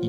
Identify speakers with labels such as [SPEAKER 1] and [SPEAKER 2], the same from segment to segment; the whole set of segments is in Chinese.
[SPEAKER 1] 你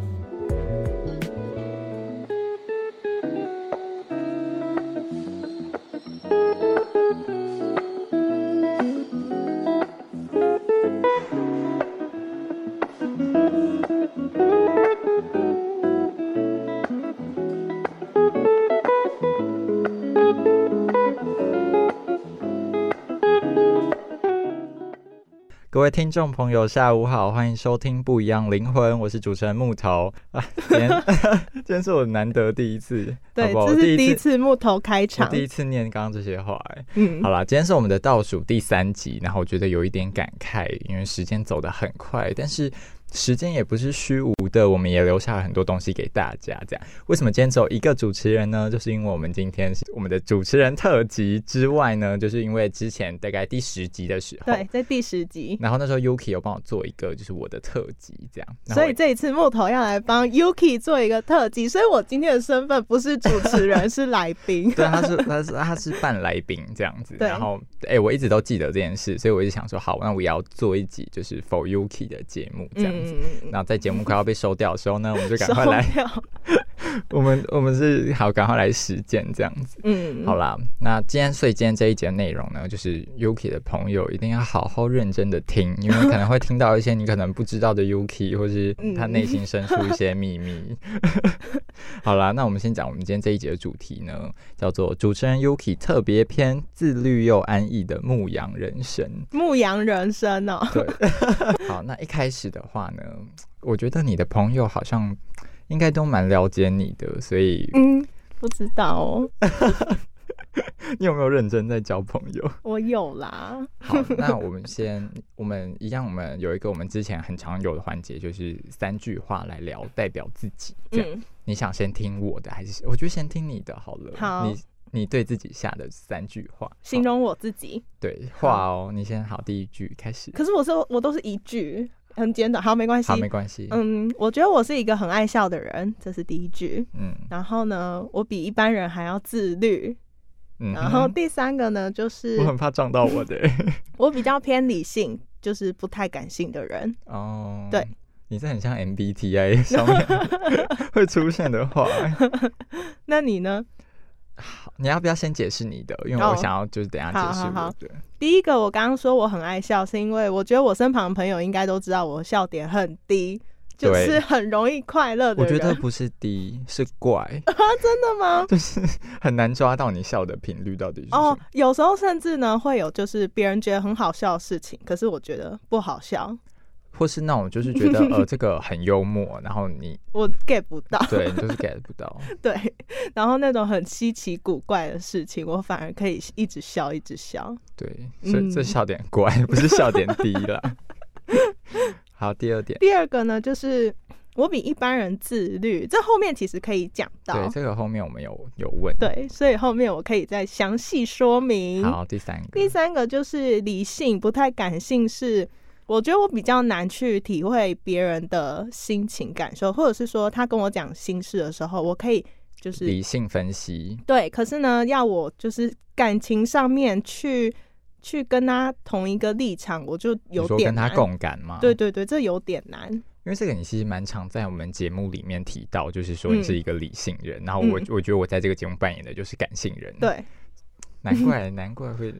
[SPEAKER 2] 各位听众朋友，下午好，欢迎收听《不一样灵魂》，我是主持人木头啊。今天 今天是我难得第一次，
[SPEAKER 3] 对，
[SPEAKER 2] 好不好？
[SPEAKER 3] 这
[SPEAKER 2] 我
[SPEAKER 3] 是
[SPEAKER 2] 第
[SPEAKER 3] 第
[SPEAKER 2] 一
[SPEAKER 3] 一
[SPEAKER 2] 次，
[SPEAKER 3] 次木头开
[SPEAKER 2] 我
[SPEAKER 3] 场。
[SPEAKER 2] 第一 次念刚刚这些话、哎，
[SPEAKER 3] 嗯
[SPEAKER 2] 好，啦，今天是我们的倒数第三集，然后我觉得有一点感慨，因为时间走得很快，但是时间也不是虚无的，我们也留下了很多东西给大家。这样，为什么今天只有一个主持人
[SPEAKER 3] 嗯
[SPEAKER 2] 呢？就是因为我们今天是我们的主持人特辑之外呢，就是因为之前大概第十集的时候，
[SPEAKER 3] 对，在第十集，
[SPEAKER 2] 然后那时候 Yuki 有帮我做一个就是我的特辑这样，然后
[SPEAKER 3] 所以这一次木头要来帮 Yuki 做一个特辑，所以我今天的身份不是主持 人，是来宾。
[SPEAKER 2] 对，啊他是他是他是半来宾这样子，
[SPEAKER 3] 对
[SPEAKER 2] 然后哎、我一直都记得这件事，所以我一直想说，好，那我也要做一集就是 For Yuki 的节目这样子。
[SPEAKER 3] 嗯，哦
[SPEAKER 2] 然后在节目快要被收掉的时候呢，我们就赶
[SPEAKER 3] 收
[SPEAKER 2] 快来，
[SPEAKER 3] 掉。
[SPEAKER 2] 我们我们是好，赶快来实践这样子。
[SPEAKER 3] 嗯，
[SPEAKER 2] 好啦，那今天所以今天这一节内容呢，就是 Yuki 的朋友一定要好好认真的听，因为可能会听到一些你可能不知道的 Yuki，或是他内心深处一些秘密。 好啦，那我们先讲我们今天这一节的主题呢，叫做主持人 Yuki 特别篇：自律又安逸的牧羊人生。
[SPEAKER 3] 牧羊人生哦，
[SPEAKER 2] 对，好，那一开始的话呢，我觉得你的朋友好像应该都蛮了解你的，所以
[SPEAKER 3] 嗯，不知道哦，
[SPEAKER 2] 你有没有认真在交朋友？
[SPEAKER 3] 我有啦，
[SPEAKER 2] 好， 那我们先，我们一样，我们有一个我们之前很常有的环节，就是三句话来聊代表自己。这样，
[SPEAKER 3] 嗯，
[SPEAKER 2] 你想先听我的，还是我觉得先听你的好了？
[SPEAKER 3] 好
[SPEAKER 2] 你你对自己下的三句话，
[SPEAKER 3] 形
[SPEAKER 2] 好
[SPEAKER 3] 容我自己。
[SPEAKER 2] 对话哦。你先好，第一句开始。
[SPEAKER 3] 可是我是我都是一句，很简短，好，没关系
[SPEAKER 2] 好，。没关系。嗯
[SPEAKER 3] 嗯，我觉得我是一个很爱笑的人，这是第一句。然后呢，我比一般人还要自律。
[SPEAKER 2] 嗯
[SPEAKER 3] 然后
[SPEAKER 2] 哼
[SPEAKER 3] 第三个呢，就是
[SPEAKER 2] 我很怕撞到我的。
[SPEAKER 3] 我比较偏理性，就是不太感性的人。
[SPEAKER 2] 哦，
[SPEAKER 3] 对，
[SPEAKER 2] 你这很像 MBTI 上 面会出现的话。
[SPEAKER 3] 那你呢？
[SPEAKER 2] 好，你要不要先解释你的？因为
[SPEAKER 3] 哦
[SPEAKER 2] 我想要就是等一下
[SPEAKER 3] 好
[SPEAKER 2] 解释
[SPEAKER 3] 好好
[SPEAKER 2] 我的。
[SPEAKER 3] 第一个，我刚刚说我很爱笑，是因为我觉得我身旁的朋友应该都知道我笑点很低，就
[SPEAKER 2] 对
[SPEAKER 3] 是很容易快乐的
[SPEAKER 2] 我
[SPEAKER 3] 人。
[SPEAKER 2] 觉得不是低，是 怪。
[SPEAKER 3] 真的吗？
[SPEAKER 2] 就是很难抓到你笑的频率到底是什么。
[SPEAKER 3] 哦，有时候甚至呢会有就是别人觉得很好笑的事情，可是我觉得不好笑，
[SPEAKER 2] 或是那种就是觉得 呃这个很幽默，然后你
[SPEAKER 3] 我 get 不到。
[SPEAKER 2] 对你就是 get 不到。
[SPEAKER 3] 对，然后那种很稀奇古怪的事情，我反而可以一直笑，一直笑。
[SPEAKER 2] 对，所以这
[SPEAKER 3] 嗯
[SPEAKER 2] 笑点怪，不是笑点低啦。 好，第二点，
[SPEAKER 3] 第二个呢，就是我比一般人自律，这后面其实可以讲
[SPEAKER 2] 对
[SPEAKER 3] 到。
[SPEAKER 2] 这个后面我们有有问。，
[SPEAKER 3] 对，所以后面我可以再详细说明。
[SPEAKER 2] 好，第三个
[SPEAKER 3] 第，三个就是理性，不太感性是。我觉得我比较难去体会别人的心情感受，或者是说他跟我讲心事的时候，我可以就是
[SPEAKER 2] 理性分析。
[SPEAKER 3] 对，可是呢，要我就是感情上面去去跟他同一个立场，我就有
[SPEAKER 2] 你说
[SPEAKER 3] 点
[SPEAKER 2] 跟他
[SPEAKER 3] 难。
[SPEAKER 2] 共啊感吗？
[SPEAKER 3] 对，对对，这有点难。
[SPEAKER 2] 因为这个你其实蛮常在我们节目里面提到，就是说你
[SPEAKER 3] 嗯
[SPEAKER 2] 是一个理性人，然后我
[SPEAKER 3] 嗯
[SPEAKER 2] 我觉得我在这个节目扮演的就是感性人。
[SPEAKER 3] 对，
[SPEAKER 2] 难怪，难 怪会。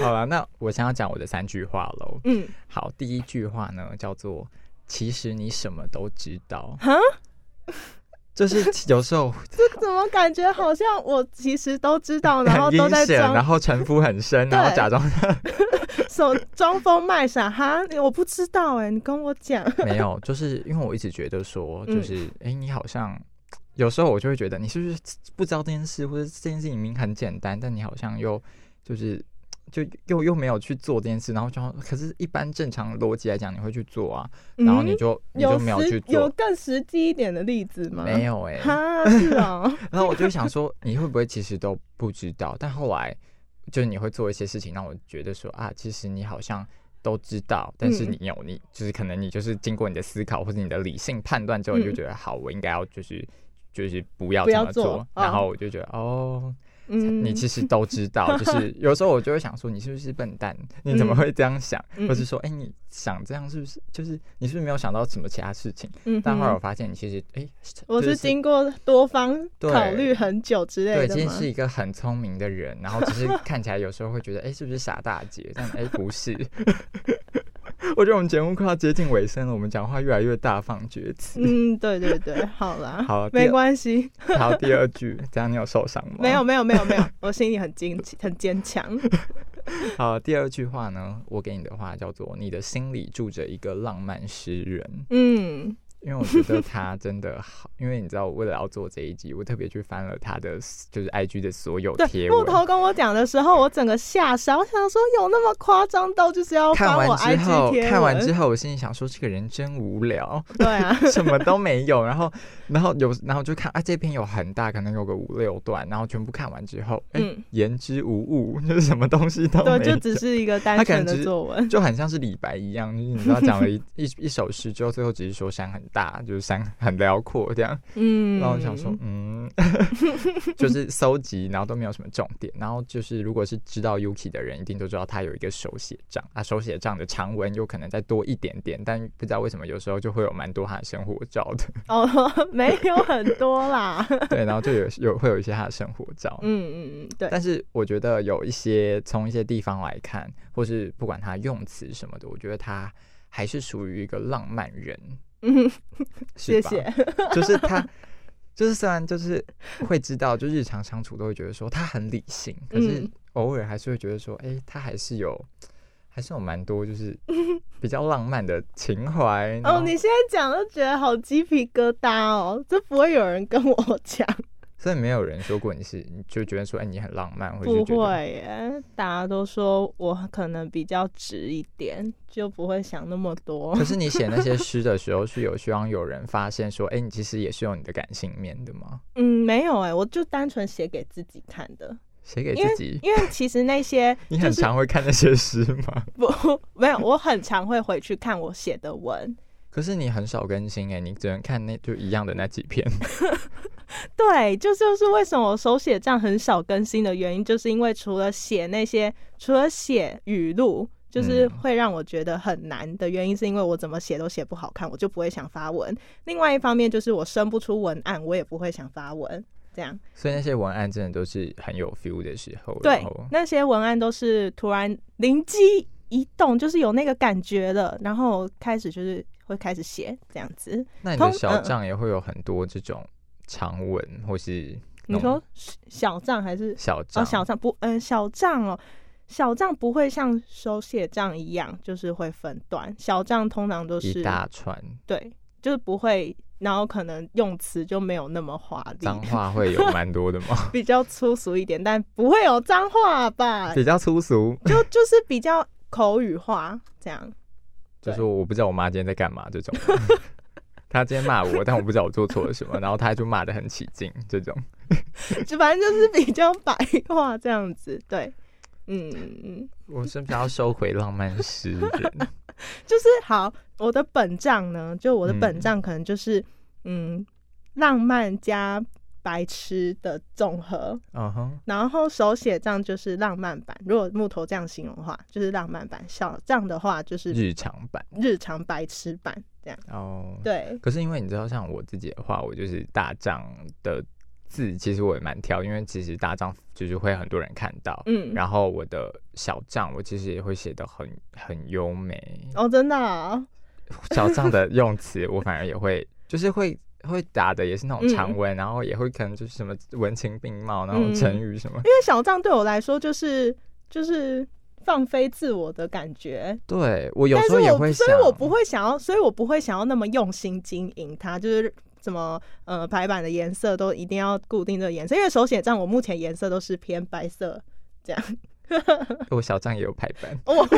[SPEAKER 2] 好了，那我想要讲我的三句话喽。
[SPEAKER 3] 嗯，
[SPEAKER 2] 好，第一句话呢叫做“其实你什么都知道
[SPEAKER 3] 哈，
[SPEAKER 2] 就是有时候
[SPEAKER 3] 这怎么感觉好像我其实都知道， 然后
[SPEAKER 2] 很
[SPEAKER 3] 都
[SPEAKER 2] 阴
[SPEAKER 3] 在
[SPEAKER 2] 险，啊然
[SPEAKER 3] 装
[SPEAKER 2] 后城府很深，然后
[SPEAKER 3] 对
[SPEAKER 2] 假装
[SPEAKER 3] 手装疯卖傻哈？我不知道哎、你跟我讲，
[SPEAKER 2] 没有，就是因为我一直觉得说，
[SPEAKER 3] 嗯
[SPEAKER 2] 就是哎、诶你好像有时候我就会觉得你是不是不知道这件事，或者这件事情明明很简单，但你好像又就是就又又没有去做这件事，然后就可是，一般正常逻辑来讲，你会去做啊， 然后你
[SPEAKER 3] 嗯
[SPEAKER 2] 就、你就
[SPEAKER 3] 有
[SPEAKER 2] 没有去
[SPEAKER 3] 实有
[SPEAKER 2] 做，
[SPEAKER 3] 更实际一点的例子吗？
[SPEAKER 2] 没有哎、
[SPEAKER 3] 哈，是 哦，
[SPEAKER 2] 然后我就想说，你会不会其实都不知道？但后来就是你会做一些事情，让我觉得说啊，其实你好像都知道，但是
[SPEAKER 3] 嗯
[SPEAKER 2] 你有你、就是可能你就是经过你的思考或者你的理性判断之后，你就
[SPEAKER 3] 嗯
[SPEAKER 2] 觉得好，我应该要就是就是不要
[SPEAKER 3] 不
[SPEAKER 2] 这
[SPEAKER 3] 要
[SPEAKER 2] 么
[SPEAKER 3] 做
[SPEAKER 2] 然
[SPEAKER 3] 哦
[SPEAKER 2] 后我就觉得哦，
[SPEAKER 3] 嗯，
[SPEAKER 2] 你其实都知 道，就是有时候我就会想说，你是不是笨蛋？你怎么
[SPEAKER 3] 嗯
[SPEAKER 2] 会这样想？
[SPEAKER 3] 嗯
[SPEAKER 2] 或是说，哎、你想这样是不是就是你是不是没有想到什么其他事情？
[SPEAKER 3] 嗯哼
[SPEAKER 2] 但后来我发现你其实哎，
[SPEAKER 3] 我
[SPEAKER 2] 就是
[SPEAKER 3] 经过多方
[SPEAKER 2] 对
[SPEAKER 3] 考虑很久之类
[SPEAKER 2] 对，
[SPEAKER 3] 的
[SPEAKER 2] 今天
[SPEAKER 3] 吗
[SPEAKER 2] 是一个很聪明的人，然后只是看起来有时候会觉得，哎、是不是傻大姐？但哎、不是。 我觉得我们节目快要接近尾声了，我们讲话越来越大放厥词。
[SPEAKER 3] 嗯，对对对，好啦，
[SPEAKER 2] 好第
[SPEAKER 3] 没
[SPEAKER 2] 二
[SPEAKER 3] 关系，
[SPEAKER 2] 好，第二句，这样你有受伤吗？
[SPEAKER 3] 没有。没有没有没有，我心里很坚很坚强。
[SPEAKER 2] 好，第二句话呢，我给你的话叫做：你的心里住着一个浪漫诗人。
[SPEAKER 3] 嗯，
[SPEAKER 2] 因为我觉得他真的好，因为你知道，为了要做这一集，我特别去翻了他的就是 IG 的所有
[SPEAKER 3] 对，
[SPEAKER 2] 贴
[SPEAKER 3] 木
[SPEAKER 2] 文。
[SPEAKER 3] 头跟我讲的时候，我整个吓傻，我想说有那么夸张到就是要
[SPEAKER 2] 看
[SPEAKER 3] 翻
[SPEAKER 2] 完
[SPEAKER 3] 哦我
[SPEAKER 2] 之
[SPEAKER 3] IG
[SPEAKER 2] 后
[SPEAKER 3] 贴，文？
[SPEAKER 2] 看完之后，我心里想说，这个人真无聊。
[SPEAKER 3] 对啊，
[SPEAKER 2] 什么都没有，然后，然后有，然后就看啊，这篇有很大，可能有个五六段，然后全部看完之后，哎、
[SPEAKER 3] 嗯
[SPEAKER 2] 言之无物，就是什么东西 都没有，
[SPEAKER 3] 对，就只是一个单
[SPEAKER 2] 他可
[SPEAKER 3] 纯
[SPEAKER 2] 能
[SPEAKER 3] 的
[SPEAKER 2] 只
[SPEAKER 3] 作文。
[SPEAKER 2] 就很像是李白一样，就是你知道讲了一 一一首诗之后，最后只是说山很大，就是山很辽阔这样，
[SPEAKER 3] 嗯，
[SPEAKER 2] 然后我想说，嗯， 就是搜集，然后都没有什么重点。然后就是，如果是知道 Yuki 的人，一定都知道他有一个手写账啊，手写账的长文有可能再多一点点，但不知道为什么有时候就会有蛮多他的生活照的，
[SPEAKER 3] 哦， 没有很多啦。
[SPEAKER 2] 对，然后就有有会有一些他的生活照。
[SPEAKER 3] 嗯嗯嗯，对，
[SPEAKER 2] 但是我觉得有一些从一些地方来看，或是不管他用词什么的，我觉得他还是属于一个浪漫人，
[SPEAKER 3] 嗯，
[SPEAKER 2] 是
[SPEAKER 3] 谢
[SPEAKER 2] 吧
[SPEAKER 3] 谢。
[SPEAKER 2] 就是 他，就是虽然就是会知道，就日常相处都会觉得说他很理性，可是
[SPEAKER 3] 嗯
[SPEAKER 2] 偶尔还是会觉得说，哎、他还是有，还是有蛮多就是 比较浪漫的情怀。然
[SPEAKER 3] 哦，
[SPEAKER 2] 后
[SPEAKER 3] 你现在讲都觉得好鸡皮疙瘩哦，这不会有人跟我讲，
[SPEAKER 2] 所以没有人说过你是，你就觉得说，哎、你很浪漫，或者
[SPEAKER 3] 不
[SPEAKER 2] 是觉得
[SPEAKER 3] 会耶，大家都说我可能比较直一点，就不会想那么 多
[SPEAKER 2] 可。是你写那些诗的时候，是有希望有人发现说，哎、你其实也是有你的感性面的吗？
[SPEAKER 3] 嗯，没有哎，我就单纯写给自己看的，
[SPEAKER 2] 写给
[SPEAKER 3] 因为
[SPEAKER 2] 自己。
[SPEAKER 3] 因为其实那些
[SPEAKER 2] 你
[SPEAKER 3] 就
[SPEAKER 2] 很
[SPEAKER 3] 是
[SPEAKER 2] 常会看那些诗吗？
[SPEAKER 3] 不 没有，我很常会回去看我写的文，
[SPEAKER 2] 可是你很少更新哎、你只能看那就一样的那几 篇。
[SPEAKER 3] 对，这就是为什么我手写账很少更新的原因，就是因为除了写那些，除了写语录，就是
[SPEAKER 2] 嗯
[SPEAKER 3] 会让我觉得很难的原因，是因为我怎么写都写不好看，我就不会想发文。另外一方面就是我生不出文案，我也不会想发文。这样
[SPEAKER 2] 所以那些文案真的都是很有 feel 的时候，
[SPEAKER 3] 对
[SPEAKER 2] 然后，
[SPEAKER 3] 那些文案都是突然灵机一动，就是有那个感觉了，然后开始就是会开始写这样子。
[SPEAKER 2] 那你
[SPEAKER 3] 通呃
[SPEAKER 2] 的小账也会有很多这种长文或是那
[SPEAKER 3] 你
[SPEAKER 2] 种
[SPEAKER 3] 说小账还是
[SPEAKER 2] 小
[SPEAKER 3] 哦，
[SPEAKER 2] 账、
[SPEAKER 3] 小账不，嗯、小账哦，小账不会像手写账一样，就是会分段。小账通常都
[SPEAKER 2] 一
[SPEAKER 3] 是
[SPEAKER 2] 大 串
[SPEAKER 3] 对，就是不会，然后可能用词就没有那么华丽，
[SPEAKER 2] 脏话会有蛮多的 吗？
[SPEAKER 3] 比较粗俗一点，但不会有脏话吧？
[SPEAKER 2] 比较粗俗，
[SPEAKER 3] 就就是比较口语化这样。
[SPEAKER 2] 就
[SPEAKER 3] 对
[SPEAKER 2] 说我不知道我妈今天在干嘛这种。 她今天骂我，但我不知道我做错了什么，然后她就骂得很起劲，这种。
[SPEAKER 3] 就反正就是比较白话这样子，对，嗯嗯嗯，
[SPEAKER 2] 我是不是要收回浪漫诗人？
[SPEAKER 3] 就是好，我的本账呢，就我的本
[SPEAKER 2] 嗯
[SPEAKER 3] 账可能就是嗯浪漫加白痴的综合，
[SPEAKER 2] 嗯哼，
[SPEAKER 3] 然后手写账就是浪漫版，如果木头这样形容的话，就是浪漫版；小账的话就是
[SPEAKER 2] 日常版
[SPEAKER 3] 日常白痴版这样。
[SPEAKER 2] 哦。
[SPEAKER 3] 对，
[SPEAKER 2] 可是因为你知道，像我自己的话，我就是大账的字，其实我也蛮挑，因为其实大账就是会很多人看到。
[SPEAKER 3] 嗯，
[SPEAKER 2] 然后我的小账，我其实也会写的很很优美。
[SPEAKER 3] 哦，真的、哦，
[SPEAKER 2] 小账的用词，我反而也会，就是会会打的也是那
[SPEAKER 3] 嗯
[SPEAKER 2] 种长文，然后也会可能就是什么文情并茂，然后成语什么。
[SPEAKER 3] 因为小账对我来说就是就是放飞自我的感觉，
[SPEAKER 2] 对我有
[SPEAKER 3] 但
[SPEAKER 2] 时
[SPEAKER 3] 是
[SPEAKER 2] 候也
[SPEAKER 3] 我
[SPEAKER 2] 会想，
[SPEAKER 3] 所以我不会想要，所以我不会想要那么用心经营它，就是怎么呃排版的颜色都一定要固定这个颜色，因为手写账我目前颜色都是偏白色这样。
[SPEAKER 2] 我小账也有排版。
[SPEAKER 3] 我我 没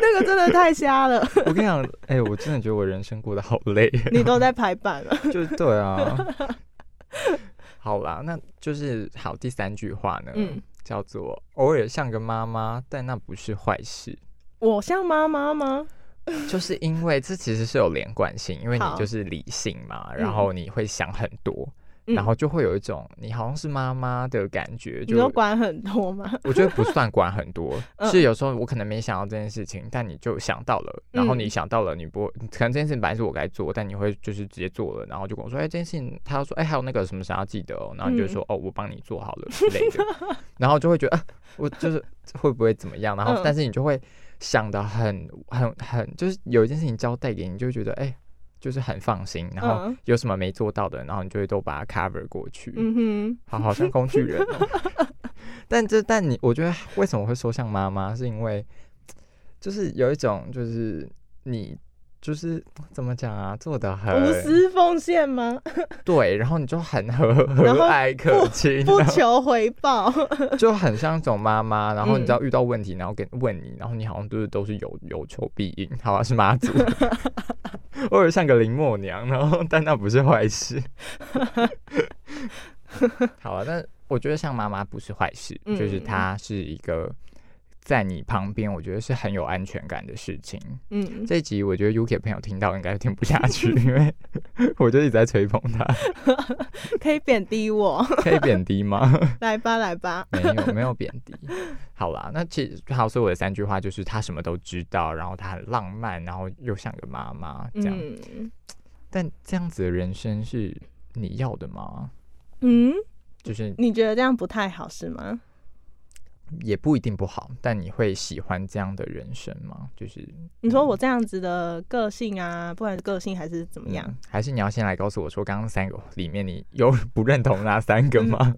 [SPEAKER 3] 那个真的太瞎了，
[SPEAKER 2] 我跟你讲，哎、我真的觉得我人生过得好累，
[SPEAKER 3] 你都在排版了。
[SPEAKER 2] 就 对啊。好啦，那就是好第三句话呢，
[SPEAKER 3] 嗯
[SPEAKER 2] 叫做偶尔像个妈妈，但那不是坏事。
[SPEAKER 3] 我像妈妈吗？
[SPEAKER 2] 就是因为这其实是有连贯性，因为你
[SPEAKER 3] 好
[SPEAKER 2] 就是理性嘛，
[SPEAKER 3] 嗯
[SPEAKER 2] 然后你会想很多，
[SPEAKER 3] 嗯
[SPEAKER 2] 然后就会有一种你好像是妈妈的感觉，
[SPEAKER 3] 你都
[SPEAKER 2] 就。
[SPEAKER 3] 管很多吗？，
[SPEAKER 2] 我觉得不算管很多
[SPEAKER 3] 嗯
[SPEAKER 2] 是有时候我可能没想到这件事情，但你就想到了，然后
[SPEAKER 3] 嗯
[SPEAKER 2] 你想到了，你不会可能这件事情本来是我该做，但你会就是直接做了，然后就跟我说，哎、这件事情，他说，哎、还有那个什么啥要记得哦，然后你就
[SPEAKER 3] 嗯
[SPEAKER 2] 说，哦，我帮你做好了之类的，然后就会觉得，啊、我就是会不会怎么样，然后、
[SPEAKER 3] 嗯
[SPEAKER 2] 但是你就会想的很很很，就是有一件事情交代给你，就会觉得，哎、就是很放心，然后
[SPEAKER 3] 嗯
[SPEAKER 2] 有什么没做到的，然后你就会都把它 cover 过去，
[SPEAKER 3] 嗯哼，
[SPEAKER 2] 好好像工具人 哦。但这但你，我觉得为什么会说像妈妈，是因为就是有一种就是你就是怎么讲啊，做的很
[SPEAKER 3] 无私奉献吗？
[SPEAKER 2] 对，然后你就很和
[SPEAKER 3] 然后
[SPEAKER 2] 和蔼可亲，
[SPEAKER 3] 不
[SPEAKER 2] 然后
[SPEAKER 3] 求回 报。
[SPEAKER 2] 就很像一种妈妈。然后
[SPEAKER 3] 嗯
[SPEAKER 2] 你知道遇到问题，然后给问你，然后你好像就是都是有有求必应，好像、是妈祖， 偶尔像个林默娘，然后但那不是坏事。 好啊，但我觉得像妈妈不是坏事，
[SPEAKER 3] 嗯
[SPEAKER 2] 就是她是一个。在你旁边，我觉得是很有安全感的事情。
[SPEAKER 3] 嗯，
[SPEAKER 2] 这一集我觉得 UK 朋友听到应该听不下去，因为 我就一直在吹捧他，
[SPEAKER 3] 可以贬低我，
[SPEAKER 2] 可以贬低吗？
[SPEAKER 3] 来吧来吧。
[SPEAKER 2] 没有没有贬低。 好啦，那其实好，所以我的三句话就是他什么都知道，然后他很浪漫，然后又像个妈妈这样。
[SPEAKER 3] 嗯
[SPEAKER 2] 但这样子的人生是你要的吗？
[SPEAKER 3] 嗯，
[SPEAKER 2] 就是
[SPEAKER 3] 你觉得这样不太好是吗？
[SPEAKER 2] 也不一定不好，但你会喜欢这样的人生吗？就是
[SPEAKER 3] 你说我这样子的个性啊，不管是个性还是怎么样，
[SPEAKER 2] 嗯还是你要先来告诉我说，刚刚三个里面你有不认同哪三个吗？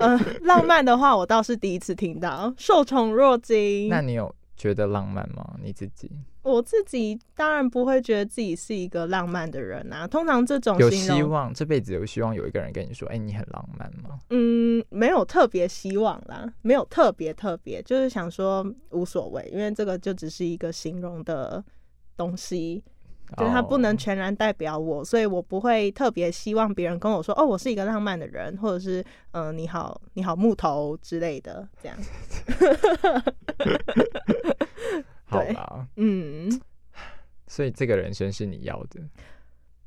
[SPEAKER 3] 呃，浪漫的话我倒是第一次听到，受宠若惊。
[SPEAKER 2] 那你有觉得浪漫吗？你自己
[SPEAKER 3] 我自己当然不会觉得自己是一个浪漫的人啊，通常这种
[SPEAKER 2] 有
[SPEAKER 3] 形
[SPEAKER 2] 希
[SPEAKER 3] 容，
[SPEAKER 2] 望这辈子有希望有一个人跟你说，哎、你很浪漫吗？
[SPEAKER 3] 嗯，没有特别希望啦，没有特别特别，就是想说无所谓，因为这个就只是一个形容的东西，就是它不
[SPEAKER 2] 哦
[SPEAKER 3] 能全然代表我，所以我不会特别希望别人跟我说，哦，我是一个浪漫的人，或者是嗯、呃你好，你好木头之类的，这样，
[SPEAKER 2] 好
[SPEAKER 3] 对
[SPEAKER 2] 啦，
[SPEAKER 3] 嗯
[SPEAKER 2] 所以这个人生是你要的。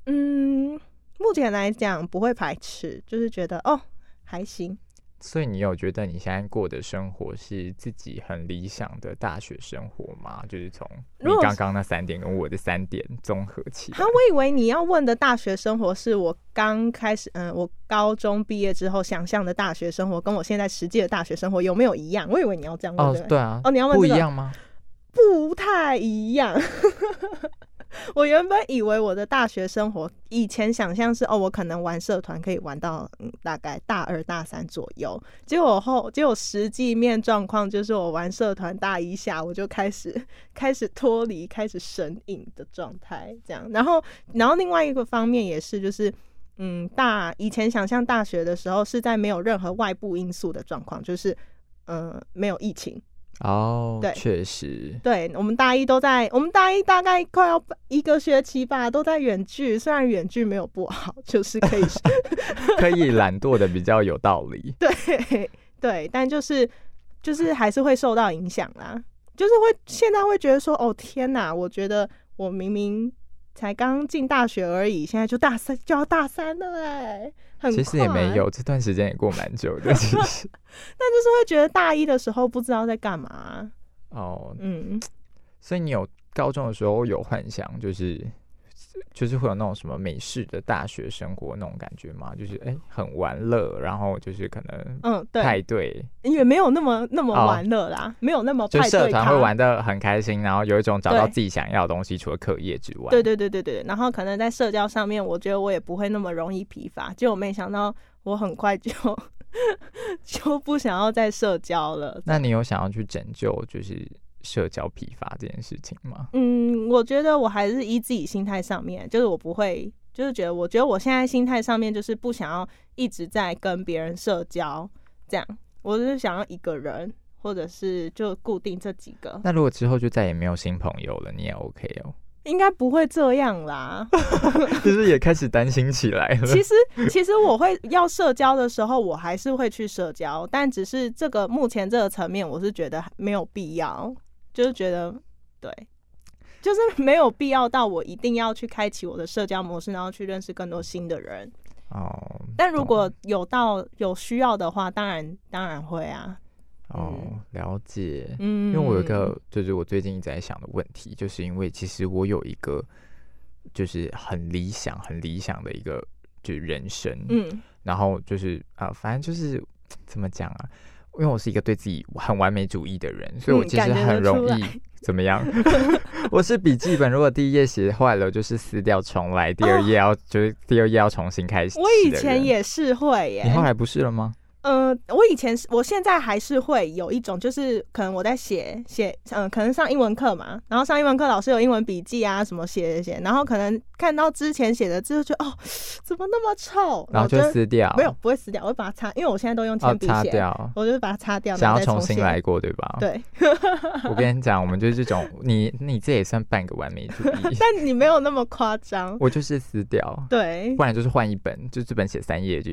[SPEAKER 3] 嗯，目前来讲不会排斥，就是觉得哦还行，
[SPEAKER 2] 所以你有觉得你现在过的生活是自己很理想的大学生活吗？就是从你
[SPEAKER 3] 如果是
[SPEAKER 2] 刚刚那三点跟我的三点综合起来
[SPEAKER 3] 啊，，我以为你要问的大学生活是我刚开始，嗯，我高中毕业之后想象的大学生活，跟我现在实际的大学生活有没有一样？我以为你要这样问，
[SPEAKER 2] 哦
[SPEAKER 3] 对，不对
[SPEAKER 2] 对啊，
[SPEAKER 3] 哦你要问
[SPEAKER 2] 不
[SPEAKER 3] 这
[SPEAKER 2] 一
[SPEAKER 3] 个
[SPEAKER 2] 样吗？
[SPEAKER 3] 不太一样。 我原本以为我的大学生活，以前想象是哦，我可能玩社团可以玩到、嗯、大概大二大三左右，结果后结果实际面状况就是我玩社团大一下我就开始开始脱离，开始神隐的状态这样。然后然后另外一个方面也是就是。嗯，大以前想象大学的时候是在没有任何外部因素的状况，就是呃没有疫情，
[SPEAKER 2] 哦
[SPEAKER 3] 对，
[SPEAKER 2] 确实，
[SPEAKER 3] 对，我们大一都在，我们大一大概快要一个学期吧，都在远距。虽然远距没有不好，就是 可以
[SPEAKER 2] 可以懒惰的比较有道理。
[SPEAKER 3] 对对，但就是就是还是会受到影响啦。就是会现在会觉得说，哦天哪，我觉得我明明才刚进大学而已，现在就大三就要大三了哎，很
[SPEAKER 2] 其实也没
[SPEAKER 3] 快
[SPEAKER 2] 有，这段时间也过蛮久的。其实，
[SPEAKER 3] 但就是会觉得大一的时候不知道在干嘛，
[SPEAKER 2] 哦，
[SPEAKER 3] 嗯。
[SPEAKER 2] 所以你有高中的时候有幻想，就是就是会有那种什么美式的大学生活那种感觉吗？就是哎、很玩乐，然后就是可能
[SPEAKER 3] 嗯，对，
[SPEAKER 2] 派对，
[SPEAKER 3] 也没有那么那么
[SPEAKER 2] 哦
[SPEAKER 3] 玩乐啦，没有那么
[SPEAKER 2] 就
[SPEAKER 3] 派
[SPEAKER 2] 社
[SPEAKER 3] 对
[SPEAKER 2] 团
[SPEAKER 3] 咖
[SPEAKER 2] 会玩的很开心，然后有一种找到
[SPEAKER 3] 对
[SPEAKER 2] 自己想要的东西，除了课业之外。
[SPEAKER 3] 对对对对对，然后可能在社交上面，我觉得我也不会那么容易疲乏。结果没想到我很快就 就不想要再社交了。
[SPEAKER 2] 那你有想要去拯救就是社交疲乏这件事情吗？
[SPEAKER 3] 嗯，我觉得我还是依自己心态上面，就是我不会，就是觉得我觉得我现在心态上面就是不想要一直在跟别人社交，这样我就是想要一个人，或者是就固定这几个，
[SPEAKER 2] 那如果之后就再也没有新朋友了，你也 OK 哦？
[SPEAKER 3] 应该不会这样啦。
[SPEAKER 2] 就是也开始担心起来了。
[SPEAKER 3] 其实，其实我会要社交的时候，我还是会去社交，但只是这个目前这个层面，我是觉得没有必要，就是觉得对，就是 没有必要到我一定要去开启我的社交模式，然后去认识更多新的人。
[SPEAKER 2] 哦，
[SPEAKER 3] 但如
[SPEAKER 2] 懂
[SPEAKER 3] 果有到有需要的话，当然当然会啊，
[SPEAKER 2] 哦了解，
[SPEAKER 3] 嗯，
[SPEAKER 2] 因为我有一个就是我最近一直在想的问题，就是因为其实我有一个就是很理想、很理想的一个就是人生，
[SPEAKER 3] 嗯
[SPEAKER 2] 然后就是啊、呃反正就是怎么讲啊？因为我是一个对自己很完美主义的人，所以我
[SPEAKER 3] 嗯
[SPEAKER 2] 其
[SPEAKER 3] 感
[SPEAKER 2] 实
[SPEAKER 3] 觉
[SPEAKER 2] 很
[SPEAKER 3] 得
[SPEAKER 2] 容
[SPEAKER 3] 出来
[SPEAKER 2] 易、 怎么样？ 我是笔记本，如果第一页写坏了，就是撕掉重来，第二页要、就是第二页要重新开始。
[SPEAKER 3] 哦我以前，也是会耶，
[SPEAKER 2] 你后来不是了吗？
[SPEAKER 3] 呃，我以前是，我现在还是会有一种，就是可能我在写写，嗯、可能上英文课嘛，然后上英文课老师有英文笔记啊，什么写写写，然后可能看到之前写的字，就觉得哦，怎么那么臭，
[SPEAKER 2] 然后就
[SPEAKER 3] 我
[SPEAKER 2] 撕掉，
[SPEAKER 3] 没有不会撕掉，我会把它擦，因为我现在都用
[SPEAKER 2] 哦，
[SPEAKER 3] 铅笔
[SPEAKER 2] 擦
[SPEAKER 3] 写，
[SPEAKER 2] 掉。
[SPEAKER 3] 我就把它擦掉，然
[SPEAKER 2] 想
[SPEAKER 3] 后
[SPEAKER 2] 要
[SPEAKER 3] 再
[SPEAKER 2] 重
[SPEAKER 3] 写
[SPEAKER 2] 新来。过，对吧？，
[SPEAKER 3] 对，。
[SPEAKER 2] 我跟你讲，我们就是这种，你你这也算半个完美主义
[SPEAKER 3] 但你没有那么夸张。
[SPEAKER 2] 我就是撕掉，
[SPEAKER 3] 对
[SPEAKER 2] 不，然就是换一本，就这本写三页就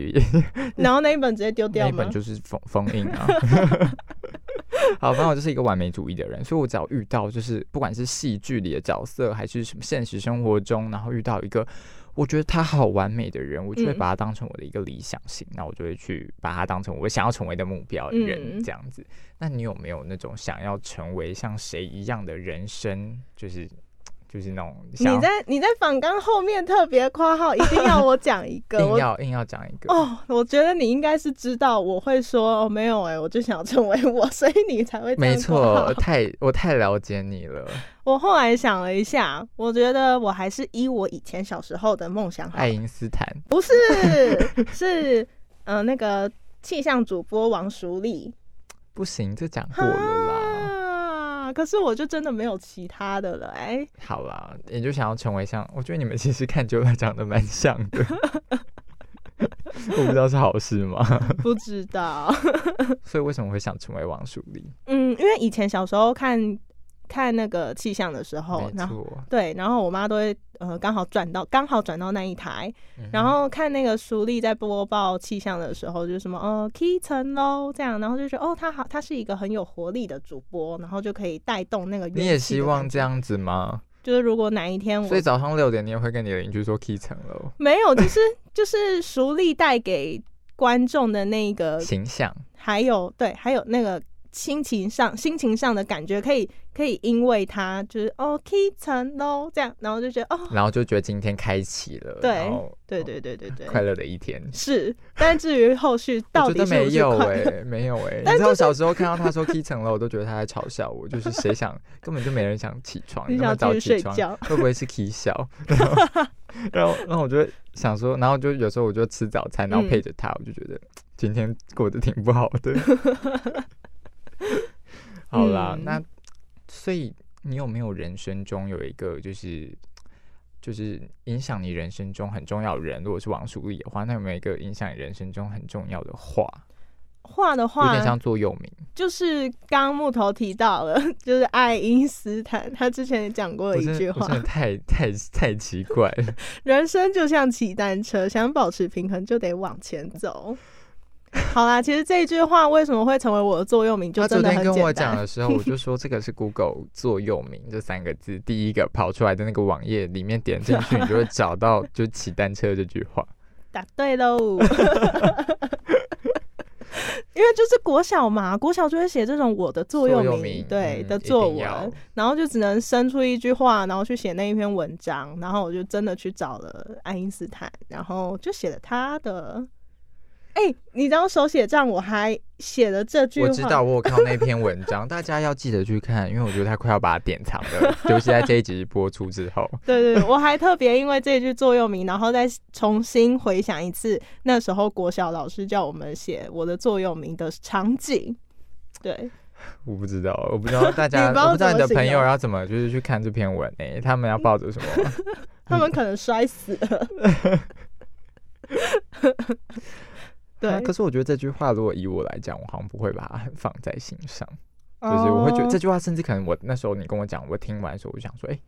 [SPEAKER 3] 然后那一本直接丢
[SPEAKER 2] 那
[SPEAKER 3] 掉
[SPEAKER 2] 一
[SPEAKER 3] 吗
[SPEAKER 2] 本？就是封封印啊。 好，反正我就是一个完美主义的人，所以我只要遇到就是不管是戏剧里的角色，还是什么现实生活中，然后遇到一个我觉得他好完美的人，我就会
[SPEAKER 3] 嗯
[SPEAKER 2] 把他当成我的一个理想型，那、我就会去把他当成我想要成为的目标人
[SPEAKER 3] 嗯
[SPEAKER 2] 这样子。那你有没有那种想要成为像谁一样的人生？就是就是那种想
[SPEAKER 3] 你在你在访纲后面特别括号，一定要我讲一 个，
[SPEAKER 2] 硬
[SPEAKER 3] 我
[SPEAKER 2] 要硬要讲一个
[SPEAKER 3] 哦，我觉得你应该是知道我会说哦，没有哎、我就想成为我，所以你才会这样
[SPEAKER 2] 没
[SPEAKER 3] 挂
[SPEAKER 2] 错
[SPEAKER 3] 号，
[SPEAKER 2] 太我太了解你了。
[SPEAKER 3] 我后来想了一下，我觉得我还是依我以前小时候的梦想好
[SPEAKER 2] 爱
[SPEAKER 3] 了，
[SPEAKER 2] 因斯坦
[SPEAKER 3] 不是是 嗯、呃那个气象主播王淑丽
[SPEAKER 2] 不行，这讲过了 啦。
[SPEAKER 3] 啊，可是我就真的没有其他的了哎、
[SPEAKER 2] 好啦，也就想要成为像，我觉得你们其实看九把长得蛮像 的。我不知道是好事吗？
[SPEAKER 3] 不知道，
[SPEAKER 2] 所以为什么会想成为王淑丽？
[SPEAKER 3] 嗯，因为以前小时候看看那个气象的时候，
[SPEAKER 2] 没
[SPEAKER 3] 然后
[SPEAKER 2] 错。
[SPEAKER 3] 对，然后我妈都会呃刚好转到刚好转到那一台。
[SPEAKER 2] 嗯哼
[SPEAKER 3] 然后看那个苏丽在播报气象的时候，就是什么呃 K 层喽这样，然后就觉得哦，他好，他是一个很有活力的主播，然后就可以带动那个。
[SPEAKER 2] 你也希望这？样子吗？
[SPEAKER 3] 就是如果哪一天我
[SPEAKER 2] 所以早上六点你也会跟你的邻居说 key 层楼
[SPEAKER 3] 没有，就是 就是苏丽带给观众的那个，
[SPEAKER 2] 形象，
[SPEAKER 3] 还有对，还有那个。心情上，心情上的感觉可以，可以因为他就是哦，K 层喽这样，然后就觉得哦，
[SPEAKER 2] 然后就觉得今天开启了，
[SPEAKER 3] 对
[SPEAKER 2] 然后
[SPEAKER 3] 对对对对对，
[SPEAKER 2] 快乐的一天。
[SPEAKER 3] 是。但至于后续到
[SPEAKER 2] 我
[SPEAKER 3] 底
[SPEAKER 2] 觉得
[SPEAKER 3] 是
[SPEAKER 2] 没
[SPEAKER 3] 不是
[SPEAKER 2] 有
[SPEAKER 3] 快
[SPEAKER 2] 哎、没有哎、你
[SPEAKER 3] 但
[SPEAKER 2] 知道
[SPEAKER 3] 就
[SPEAKER 2] 我小时候看到他说 “key 层了”，我都觉得他在嘲笑我，就是谁想 根本就没人想起床，
[SPEAKER 3] 你
[SPEAKER 2] 哦那么
[SPEAKER 3] 想
[SPEAKER 2] 早
[SPEAKER 3] 继续
[SPEAKER 2] 起
[SPEAKER 3] 睡
[SPEAKER 2] 床
[SPEAKER 3] 觉
[SPEAKER 2] 会不会是 key 笑？然后，然后我就想说，然后就有时候我就吃早餐，然后
[SPEAKER 3] 嗯
[SPEAKER 2] 配着他，我就觉得今天过得挺不好的。好啦，
[SPEAKER 3] 嗯
[SPEAKER 2] 那所以你有没有人生中有一个就是就是影响你人生中很重要的人？如果是王淑丽的话，那有没有一个影响你人生中很重要的话？
[SPEAKER 3] 画的
[SPEAKER 2] 有
[SPEAKER 3] 话
[SPEAKER 2] 点像座右铭。
[SPEAKER 3] 就是刚刚木头提到了，就是爱因斯坦，他之前也讲过
[SPEAKER 2] 我
[SPEAKER 3] 一
[SPEAKER 2] 真
[SPEAKER 3] 句
[SPEAKER 2] 的我真
[SPEAKER 3] 话
[SPEAKER 2] 的：太太太奇怪了。
[SPEAKER 3] 人生就像骑单车，想保持平衡就得往前走。 好啦，其实这一句话为什么会成为我的座右铭，就
[SPEAKER 2] 他昨
[SPEAKER 3] 真的
[SPEAKER 2] 天
[SPEAKER 3] 很
[SPEAKER 2] 跟我
[SPEAKER 3] 简
[SPEAKER 2] 讲
[SPEAKER 3] 单。
[SPEAKER 2] 的时候，我就说这个是 Google 座右铭这三个字，第一个跑出来的那个网页里面点进去，你就会 找到就骑单车这句话。
[SPEAKER 3] 答对喽！因为就是国小嘛，国小就会写这种我的座右铭
[SPEAKER 2] 座右铭
[SPEAKER 3] 对、
[SPEAKER 2] 嗯
[SPEAKER 3] 的
[SPEAKER 2] 一定
[SPEAKER 3] 作文
[SPEAKER 2] 要，
[SPEAKER 3] 然后就只能生出一句话，然后去写那一篇文章，然后我就真的去找了爱因斯坦，然后就写了他的。哎、你知道手写账我还写了这句话，
[SPEAKER 2] 我知道，我有看到那篇文章，大家要记得去看，因为我觉得他快要把它典藏 了，尤其在这一集播出之后。
[SPEAKER 3] 对对，对我还特别因为这句座右铭，然后再重新回想一次那时候国小老师叫我们写我的座右铭的场景。对，
[SPEAKER 2] 我不知道，我不知道大
[SPEAKER 3] 你
[SPEAKER 2] 家，
[SPEAKER 3] 不知道
[SPEAKER 2] 我不知道你的
[SPEAKER 3] 怎么
[SPEAKER 2] 朋
[SPEAKER 3] 形
[SPEAKER 2] 友
[SPEAKER 3] 容
[SPEAKER 2] 要怎么就是去看这篇文诶、他们要抱着什么？
[SPEAKER 3] 他们可能摔死了。 对，
[SPEAKER 2] 啊可是我觉得这句话，如果以我来讲，我好像不会把它放在心上，就是我会
[SPEAKER 3] 哦
[SPEAKER 2] 觉得这句话，甚至可能我那时候你跟我讲，我听完的时候，我就想说，哎、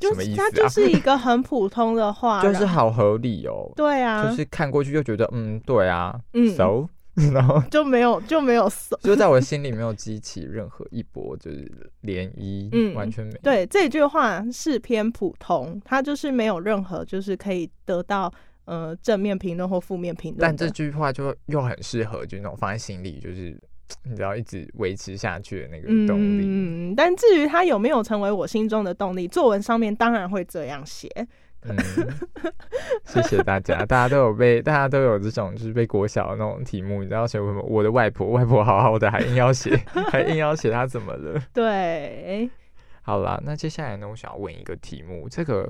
[SPEAKER 3] 就
[SPEAKER 2] 什么
[SPEAKER 3] 是
[SPEAKER 2] 意
[SPEAKER 3] 它
[SPEAKER 2] 思
[SPEAKER 3] 就
[SPEAKER 2] 啊？
[SPEAKER 3] 是一个很普通的话，
[SPEAKER 2] 就是
[SPEAKER 3] 然后
[SPEAKER 2] 好合理哦，
[SPEAKER 3] 对啊，
[SPEAKER 2] 就是看过去就觉得，嗯，对啊，
[SPEAKER 3] 嗯
[SPEAKER 2] 熟，然后
[SPEAKER 3] 就没有就没有送。
[SPEAKER 2] 就在我心里没有激起任何一波就是涟漪，
[SPEAKER 3] 嗯
[SPEAKER 2] 完全没有。
[SPEAKER 3] 对，这句话是偏普通，它就是没有任何就是可以得到呃正面评论或负面评论的。嗯
[SPEAKER 2] 但这句话就又很适合，就是那种放在心里，就是你知道一直维持下去的那个动力。
[SPEAKER 3] 嗯，嗯嗯但至于它有没有成为我心中的动力，作文上面当然会这样写。
[SPEAKER 2] 嗯，谢谢大家，大家都有被，大家都有这种就是被国小的那种题目，你知道写什么？我的外婆，外婆好好的，还硬要写， 还硬要写她怎么了？
[SPEAKER 3] 对，
[SPEAKER 2] 好啦，那接下来呢，我想要问一个题目，这个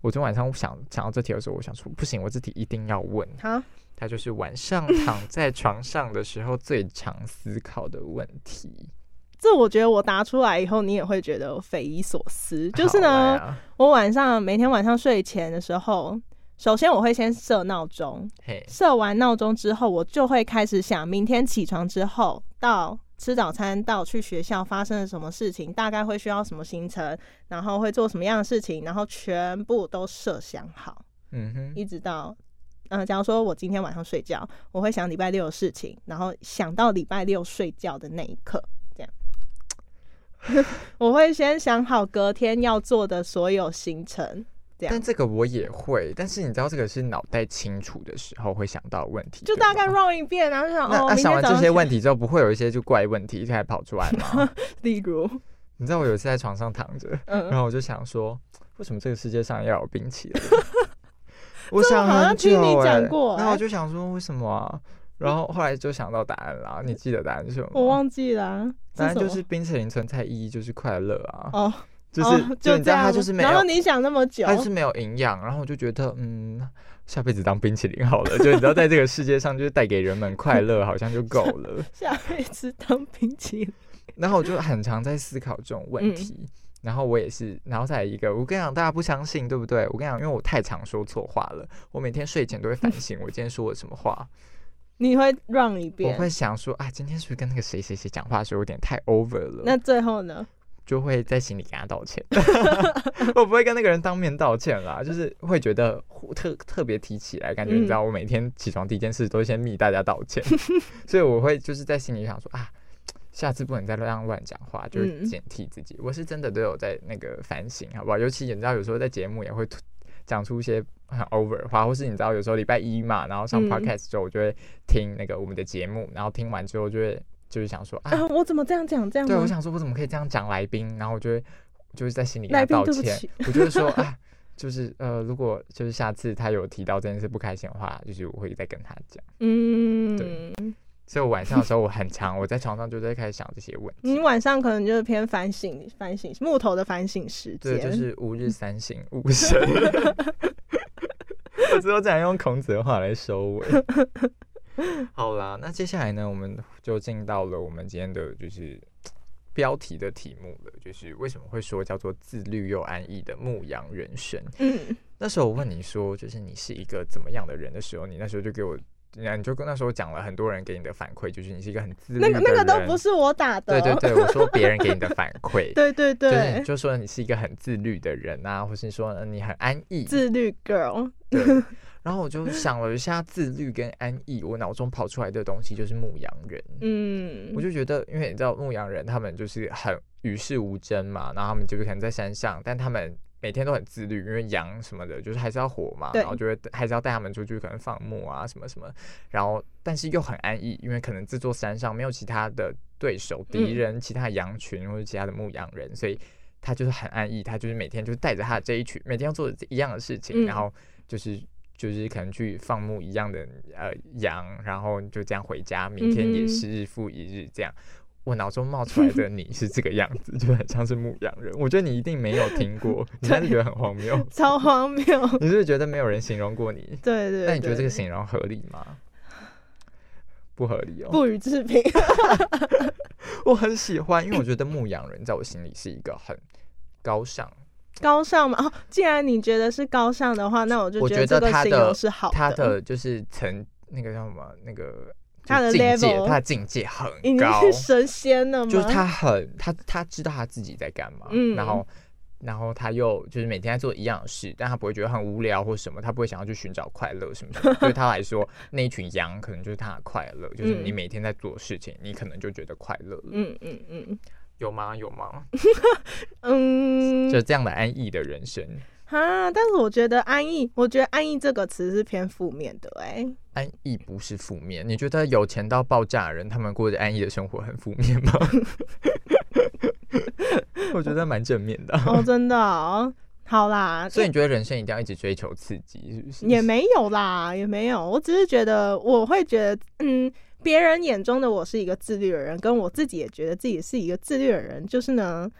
[SPEAKER 2] 我昨天晚上想想到这题的时候，我想说不行，我这题一定要问，
[SPEAKER 3] 好，
[SPEAKER 2] 它就是晚上躺在床上的时候最常思考的问题。
[SPEAKER 3] 这我觉得我答出来以后，你也会觉得匪夷所思。就是
[SPEAKER 2] 好
[SPEAKER 3] 呢
[SPEAKER 2] 来，啊，
[SPEAKER 3] 我晚上每天晚上睡前的时候，首先我会先设闹钟，
[SPEAKER 2] 嘿，
[SPEAKER 3] 设完闹钟之后，我就会开始想明天起床之后到。吃早餐到去学校发生了什么事情，大概会需要什么行程，然后会做什么样的事情，然后全部都设想好。
[SPEAKER 2] 嗯哼，
[SPEAKER 3] 一直到，嗯、假如说我今天晚上睡觉，我会想礼拜六的事情，然后想到礼拜六睡觉的那一刻，这样， 我会先想好隔天要做的所有行程，这
[SPEAKER 2] 但
[SPEAKER 3] 样，
[SPEAKER 2] 这个我也会，但是你知道这个是脑袋清楚的时候会想到的问题，
[SPEAKER 3] 就
[SPEAKER 2] 对
[SPEAKER 3] 大概
[SPEAKER 2] 吗
[SPEAKER 3] run 一遍，然后就想
[SPEAKER 2] 那、
[SPEAKER 3] 哦，
[SPEAKER 2] 那
[SPEAKER 3] 明天
[SPEAKER 2] 想完
[SPEAKER 3] 早
[SPEAKER 2] 这
[SPEAKER 3] 上
[SPEAKER 2] 些，问题之后，不会有一些就怪问题才跑出来 吗？
[SPEAKER 3] 例如，
[SPEAKER 2] 哦你知道我有一次在床上躺着，然
[SPEAKER 3] 嗯，
[SPEAKER 2] 后我就想说，为什么这个世界上要有冰淇 淋？我想
[SPEAKER 3] 好像
[SPEAKER 2] 很久、
[SPEAKER 3] 听
[SPEAKER 2] 欸，
[SPEAKER 3] 你讲过
[SPEAKER 2] 然后
[SPEAKER 3] 欸
[SPEAKER 2] 我就想说为什么啊？然后后来就想到答案了啊，你记得答案是什么吗？
[SPEAKER 3] 我忘记了、啊，
[SPEAKER 2] 答案
[SPEAKER 3] 是什
[SPEAKER 2] 就
[SPEAKER 3] 么
[SPEAKER 2] 是冰淇淋存在意义就是快乐啊，
[SPEAKER 3] 哦，
[SPEAKER 2] 就是、
[SPEAKER 3] 哦、
[SPEAKER 2] 就
[SPEAKER 3] 就这
[SPEAKER 2] 你知道
[SPEAKER 3] 样
[SPEAKER 2] 它
[SPEAKER 3] 吗，
[SPEAKER 2] 就是没
[SPEAKER 3] 然
[SPEAKER 2] 有
[SPEAKER 3] 后，你想那么久，
[SPEAKER 2] 它就是没有营养，然后我就觉得嗯，下辈子当冰淇淋好了，就你知道在这个世界上就是带给人们快乐好像就够了。
[SPEAKER 3] 下辈子当冰淇淋，
[SPEAKER 2] 然后我就很常在思考这种问题。然后我也是，然后再来一个，我跟你讲，大家不相信，对不对？我跟你讲，因为我太常说错话了，我每天睡前都会反省我今天说了什么话。
[SPEAKER 3] 你会 run 一
[SPEAKER 2] 我
[SPEAKER 3] 遍，
[SPEAKER 2] 会想说啊，今天是不是跟那个谁谁谁讲话的时候有点太 over 了？
[SPEAKER 3] 那最后呢？
[SPEAKER 2] 就会在心里给他道歉。 我不会跟那个人当面道歉啦，就是会觉得忽特特别提起来，感觉你知
[SPEAKER 3] 嗯
[SPEAKER 2] 道，我每天起床第一件事都先密大家道 歉，所以我会就是在心里想说啊。下次不能再乱乱讲话，就是
[SPEAKER 3] 嗯
[SPEAKER 2] 警惕自己。我是真的都有在那个反省，好不好？尤其你知道，有时候在节目也会突讲出一些很 over 的话，或是你知道，有时候礼拜一嘛，然后上
[SPEAKER 3] 嗯
[SPEAKER 2] podcast 之后，我就会听那个我们的节目，然后听完之后就会就是想说啊，
[SPEAKER 3] 啊，我怎么这样讲？这样
[SPEAKER 2] 对，
[SPEAKER 3] 吗
[SPEAKER 2] 我想说，我怎么可以这样讲来宾？然后我就会就是在心里跟
[SPEAKER 3] 来
[SPEAKER 2] 他
[SPEAKER 3] 宾
[SPEAKER 2] 道
[SPEAKER 3] 对不
[SPEAKER 2] 歉
[SPEAKER 3] 起，
[SPEAKER 2] 我就 会说啊，就是呃，如果就是下次他有提到这件事不开心的话，就是我会再跟他讲。
[SPEAKER 3] 嗯，
[SPEAKER 2] 对所以我晚上的时候我很长，我在床上就在开始想这些问
[SPEAKER 3] 你
[SPEAKER 2] 题。
[SPEAKER 3] 晚上可能就是偏反省、反省木头的反省时间，
[SPEAKER 2] 对，就是吾日三省 吾身。我只有想用孔子的话来收尾。 好啦，那接下来呢，我们就进到了我们今天的就是标题的题目了，就是为什么会说叫做自律又安逸的牧羊人生。
[SPEAKER 3] 嗯，
[SPEAKER 2] 那时候我问你说，就是你是一个怎么样的人的时候，你那时候就给我，你你就跟那时候讲了很多人给你的反馈，就是你是一个很自律的
[SPEAKER 3] 那
[SPEAKER 2] 人。
[SPEAKER 3] 个那个都不。是我打的，哦，
[SPEAKER 2] 对对对，我说别人给你的反馈
[SPEAKER 3] 对对对
[SPEAKER 2] 就是你就说你是一个很自律的人啊，或是说呃你很安逸。
[SPEAKER 3] 自律 girl，
[SPEAKER 2] 对。然后我就想了一下自律跟安逸，我脑中跑出来的东西就是牧羊人。
[SPEAKER 3] 嗯，
[SPEAKER 2] 我就觉得，因为你知道牧羊人他们就是很与世无争嘛，然后他们就是可能在山上，但他们每天都很自律，因为羊什么的，就是还是要活嘛，
[SPEAKER 3] 对
[SPEAKER 2] 然后就会还是要带他们出去，可能放牧啊什么什么，然后但是又很安逸，因为可能这座山上没有其他的对手、
[SPEAKER 3] 嗯
[SPEAKER 2] 敌人、其他羊群或者其他的牧羊人，所以他就是很安逸，他就是每天就是带着他的这一群，每天要做一样的事
[SPEAKER 3] 嗯
[SPEAKER 2] 情，然后就是。就是可能去放牧一样的呃羊，然后就这样回家，明天
[SPEAKER 3] 嗯
[SPEAKER 2] 也
[SPEAKER 3] 哼
[SPEAKER 2] 是日复一日这样。我脑中冒出来的你是这个样子，就很像是牧羊人。我觉得你一定没有 听过，你还是觉得很荒谬。
[SPEAKER 3] 超荒谬。
[SPEAKER 2] 你是不是觉得没有人形容过你？
[SPEAKER 3] 对对对，
[SPEAKER 2] 那你觉得这个形容合理吗？不合理哦。
[SPEAKER 3] 不予置评？
[SPEAKER 2] 我很喜欢，因为我觉得牧羊人在我心里是一个很高尚，
[SPEAKER 3] 高尚嘛？哦，既然你觉得是高尚的话，那我就
[SPEAKER 2] 我觉
[SPEAKER 3] 这
[SPEAKER 2] 得
[SPEAKER 3] 个
[SPEAKER 2] 他
[SPEAKER 3] 形容
[SPEAKER 2] 的
[SPEAKER 3] 是好
[SPEAKER 2] 他的就是层那个叫什么那个
[SPEAKER 3] 他的
[SPEAKER 2] 就境界，
[SPEAKER 3] level
[SPEAKER 2] 他的境界很
[SPEAKER 3] 已经
[SPEAKER 2] 高，
[SPEAKER 3] 是神仙了吗？
[SPEAKER 2] 就是他很他他知道他自己在干嘛，
[SPEAKER 3] 嗯
[SPEAKER 2] 然后然后他又就是每天在做一样的事，但他不会觉得很无聊或什么，他不会想要去寻找快乐什么 什么。对他来说，那一群羊可能就是他的快乐，就是你
[SPEAKER 3] 嗯
[SPEAKER 2] 每天在做事情，你可能就觉得快乐了。
[SPEAKER 3] 嗯嗯嗯
[SPEAKER 2] 有吗？有吗？
[SPEAKER 3] 嗯，
[SPEAKER 2] 就这样的安逸的人生，
[SPEAKER 3] 哈，但是我觉得安逸，我觉得安逸这个词是偏负面的、欸，
[SPEAKER 2] 安逸不是负面。你觉得有钱到爆炸的人，他们过着安逸的生活很负面 吗？我觉得蛮正面的。
[SPEAKER 3] 哎，哦，真的、哦，好啦，
[SPEAKER 2] 所以你觉得人生一定要一直追求刺激，是不是？
[SPEAKER 3] 也没有啦，也没有，我只是觉得我会觉得，嗯，别人眼中的我是一个自律的人，跟我自己也觉得自己是一个自律的人，就是呢。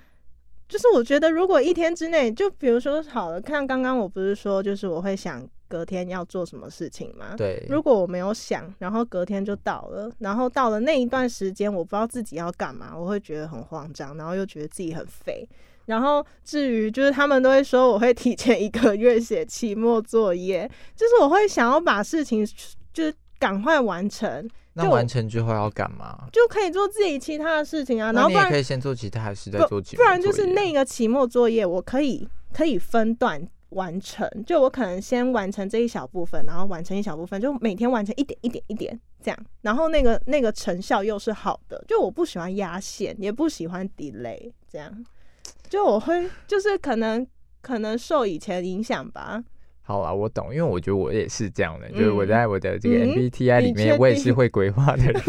[SPEAKER 3] 就是我觉得，如果一天之内，就比如说好了，看刚刚我不是说，就是我会想隔天要做什么事情吗？
[SPEAKER 2] 对，
[SPEAKER 3] 如果我没有想，然后隔天就到了，然后到了那一段时间，我不知道自己要干嘛，我会觉得很慌张，然后又觉得自己很废。然后至于就是他们都会说我会提前一个月写期末作业，就是我会想要把事情就是赶快完成，
[SPEAKER 2] 那
[SPEAKER 3] 就
[SPEAKER 2] 完成之后要干嘛？
[SPEAKER 3] 就可以做自己其他的事情啊。然
[SPEAKER 2] 那
[SPEAKER 3] 后
[SPEAKER 2] 你
[SPEAKER 3] 不
[SPEAKER 2] 也
[SPEAKER 3] 然
[SPEAKER 2] 可以先做其他，还是再
[SPEAKER 3] 不
[SPEAKER 2] 做其
[SPEAKER 3] 不然就是那个期末作业，我可以可以分段完成，就我可能先完成这一小部分，然后完成一小部分，就每天完成一点一点一点这样，然后那个那个成效又是好的，就我不喜欢压线，也不喜欢 delay 这样，就我会就是可能可能受以前影响吧，
[SPEAKER 2] 好啦，我懂，因为我觉得我也是这样的，就是我
[SPEAKER 3] 嗯
[SPEAKER 2] 在我的这个
[SPEAKER 3] 嗯
[SPEAKER 2] MBTI 里
[SPEAKER 3] 你确
[SPEAKER 2] 面，我也是
[SPEAKER 3] 定
[SPEAKER 2] 会规划 的人，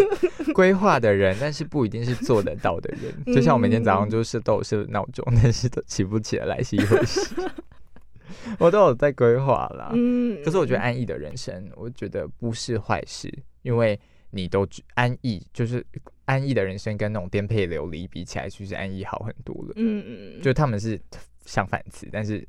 [SPEAKER 2] 规划的人，但是不一定是做得到的人。就像我每天早上
[SPEAKER 3] 嗯
[SPEAKER 2] 就是都有设闹钟，但是都起不起得来是一回事。 我都有在规划啦，
[SPEAKER 3] 嗯，
[SPEAKER 2] 啊可是我觉得安逸的人生，我觉得不是坏事，因为你都知安逸，就是安逸的人生跟那种颠沛流离比起来，其实安逸好很多了。
[SPEAKER 3] 嗯嗯嗯
[SPEAKER 2] 就他们是相反词，但是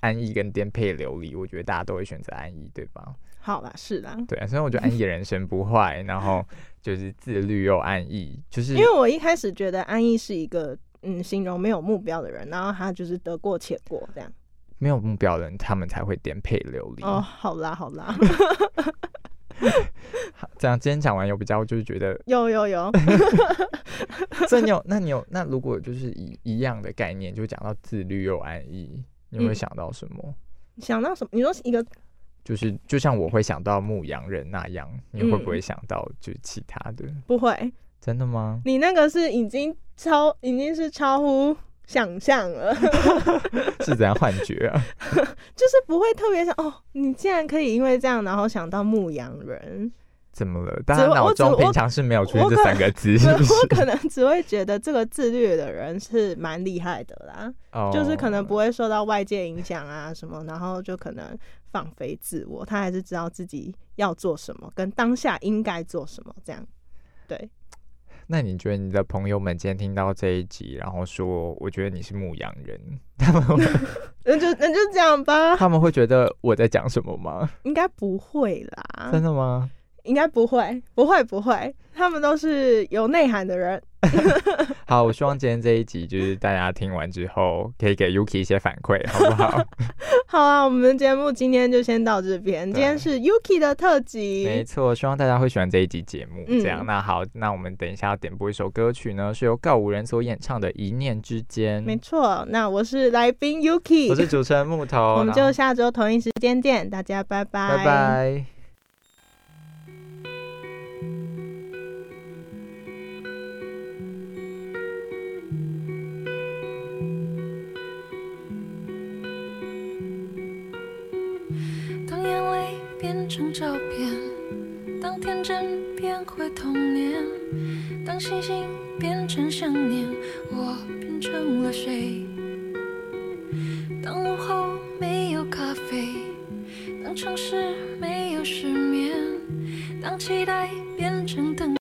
[SPEAKER 2] 安逸跟颠沛流离，我觉得大家都会选择安逸，对吧？
[SPEAKER 3] 好啦是啦，
[SPEAKER 2] 对啊，所以我觉得安逸的人生不坏，然后就是自律又安逸，就是
[SPEAKER 3] 因为我一开始觉得安逸是一个。嗯，形容没有目标的人，然后他就是得过且过这样。
[SPEAKER 2] 没有目标的人，他们才会颠沛流离。
[SPEAKER 3] 哦，好啦好啦，
[SPEAKER 2] 好这样今天讲完有比较，就是觉得，
[SPEAKER 3] 有有有，
[SPEAKER 2] 这你有，那你有，那如果就是一一样的概念，就讲到自律又安逸，你会
[SPEAKER 3] 嗯
[SPEAKER 2] 想到什么？
[SPEAKER 3] 想到什么？你说一个
[SPEAKER 2] 就是就像我会想到牧羊人那样，你会不会
[SPEAKER 3] 嗯
[SPEAKER 2] 想到就是其他的？
[SPEAKER 3] 不会，
[SPEAKER 2] 真的吗？
[SPEAKER 3] 你那个是已经超，已经是超乎想象了，
[SPEAKER 2] 是怎样幻觉啊？
[SPEAKER 3] 就是不会特别想哦，你竟然可以因为这样，然后想到牧羊人，
[SPEAKER 2] 怎么了？大家
[SPEAKER 3] 我
[SPEAKER 2] 脑
[SPEAKER 3] 只
[SPEAKER 2] 中
[SPEAKER 3] 我
[SPEAKER 2] 平常是没有出现
[SPEAKER 3] 我
[SPEAKER 2] 这
[SPEAKER 3] 可
[SPEAKER 2] 三个 字， 是不是？
[SPEAKER 3] 我可能只会觉得这个自律的人是蛮厉害的啦，
[SPEAKER 2] 哦
[SPEAKER 3] 就是可能不会受到外界影响啊什么，然后就可能放飞自我，他还是知道自己要做什么，跟当下应该做什么这样。对，
[SPEAKER 2] 那你觉得你的朋友们今天听到这一集，然后说我觉得你是牧羊人，他们会
[SPEAKER 3] 那就那就这样吧，
[SPEAKER 2] 他们会觉得我在讲什么吗？
[SPEAKER 3] 应该不会啦。
[SPEAKER 2] 真的吗？
[SPEAKER 3] 应该不会，不会，不会，他们都是有内涵的人。
[SPEAKER 2] 好，我希望今天这一集就是大家听完之后可以给 Yuki 一些反馈，好 不好？
[SPEAKER 3] 好啊，我们的节目今天就先到这边。
[SPEAKER 2] 对
[SPEAKER 3] 今天是 Yuki 的特
[SPEAKER 2] 没
[SPEAKER 3] 辑，
[SPEAKER 2] 错，希望大家会喜欢这一集节目。
[SPEAKER 3] 嗯
[SPEAKER 2] 这样，那好，那我们等一下要点播一首歌曲呢，是由告五人所演唱的《一念之间
[SPEAKER 3] 没》。错。那我是来宾
[SPEAKER 2] 我
[SPEAKER 3] Yuki，
[SPEAKER 2] 是主持人木头，
[SPEAKER 3] 我们
[SPEAKER 2] 然
[SPEAKER 3] 就
[SPEAKER 2] 后
[SPEAKER 3] 下周同一时间见，大家拜拜，
[SPEAKER 2] 拜拜。
[SPEAKER 4] 一变成照片，当天真变回童年，当星星变成想念，我变成了谁？当午后没有咖啡，当城市没有失眠，当期待变成等。